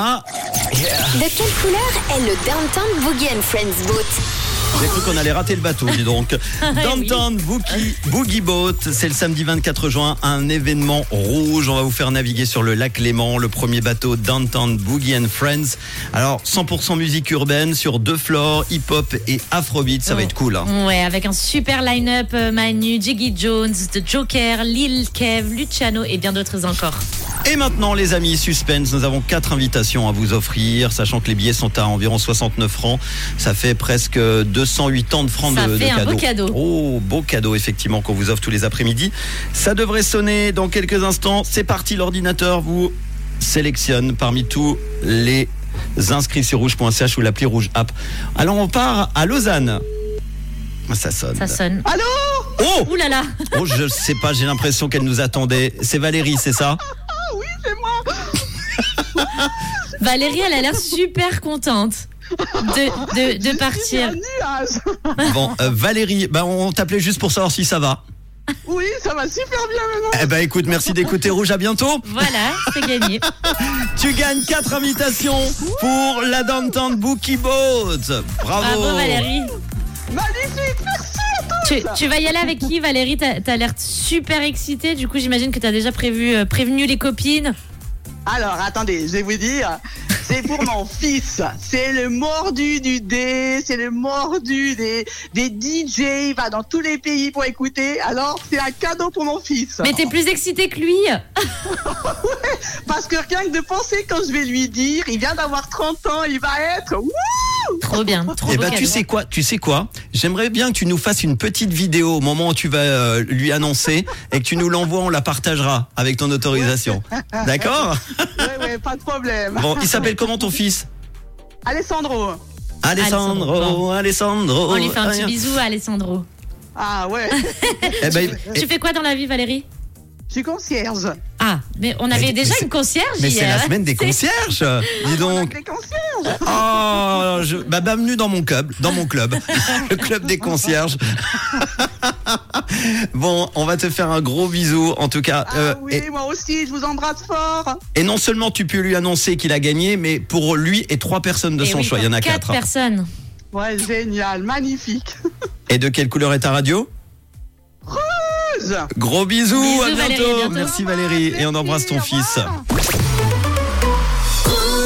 Ah, De quelle couleur est le Downtown Boogie and Friends Boat J'ai cru qu'on allait rater le bateau, dis donc. Downtown Boogie, Boogie Boat, c'est le samedi 24 juin, un événement rouge. On va vous faire naviguer sur le lac Léman, le premier bateau Downtown Boogie and Friends. Alors, 100% musique urbaine sur deux floors, hip-hop et afrobeat, Oh. ça va être cool. hein. Ouais, avec un super line-up euh, Manu, Jiggy Jones, The Joker, Lil Kev, Luciano et bien d'autres encore. Et maintenant, les amis, suspense, nous avons quatre invitations à vous offrir, sachant que les billets sont à environ 69 francs. Ça fait presque 280 francs Ça de, de fait un cadeaux. beau cadeau. Oh, beau cadeau, effectivement, qu'on vous offre tous les après-midi. Ça devrait sonner dans quelques instants. C'est parti, l'ordinateur vous sélectionne parmi tous les inscrits sur rouge.ch ou l'appli rouge app. Alors, on part à Lausanne. Ça sonne. Ça sonne. Allô Oh Ouh là là Oh, je sais pas, j'ai l'impression qu'elle nous attendait. C'est Valérie, c'est ça Valérie, elle a l'air super contente de, de, de Ici, partir. il y a un nuage. Bon, euh, Valérie, bah, on t'appelait juste pour savoir si ça va. Oui, ça va super bien maintenant. Eh ben écoute, merci d'écouter Rouge, à bientôt. Voilà, c'est gagné. Tu gagnes quatre invitations pour la Downtown Bookie Boat. Bravo. Bravo Valérie. Magnifique, merci à tous. Tu, tu vas y aller avec qui Valérie T'as t'as l'air super excitée, du coup j'imagine que t'as déjà prévu, euh, prévenu les copines. Alors, attendez, je vais vous dire. C'est pour mon fils. C'est le mordu du dé. C'est le mordu des, des DJ. Il va dans tous les pays pour écouter. Alors, c'est un cadeau pour mon fils. Mais t'es plus excitée que lui Parce que rien que de penser quand je vais lui dire, il vient d'avoir 30 ans, il va être. Wouh Trop bien, trop Eh beau ben tu cadeau. sais quoi, tu sais quoi J'aimerais bien que tu nous fasses une petite vidéo au moment où tu vas euh, lui annoncer et que tu nous l'envoies, on la partagera avec ton autorisation. D'accord ouais, ouais, pas de problème. Bon, il s'appelle comment ton fils Alessandro. Alessandro, Alessandro. Ah, On lui fait un petit bisou à Alessandro. Ah ouais, Eh ben, eh, Tu fais quoi dans la vie Valérie je suis concierge. Ah, mais on Mais- avait mais déjà c'est- une concierge mais c'est hier. la semaine des concierges. Dis Ah, donc. Des concierges. Oh, je, bah, bienvenue dans mon club, dans mon club, le club des concierges. bon, on va te faire un gros bisou, en tout cas. Ah euh, oui, et, moi aussi, je vous embrasse fort. et non seulement tu peux lui annoncer qu'il a gagné, mais pour lui et trois personnes de Eh son oui, choix, il y en a quatre quatre. hein. personnes. Ouais, génial, magnifique. Et de quelle couleur est ta radio Gros bisous, Bisous, à Valérie, bientôt. à bientôt. Merci Valérie, et on embrasse ton Merci, au fils. revoir.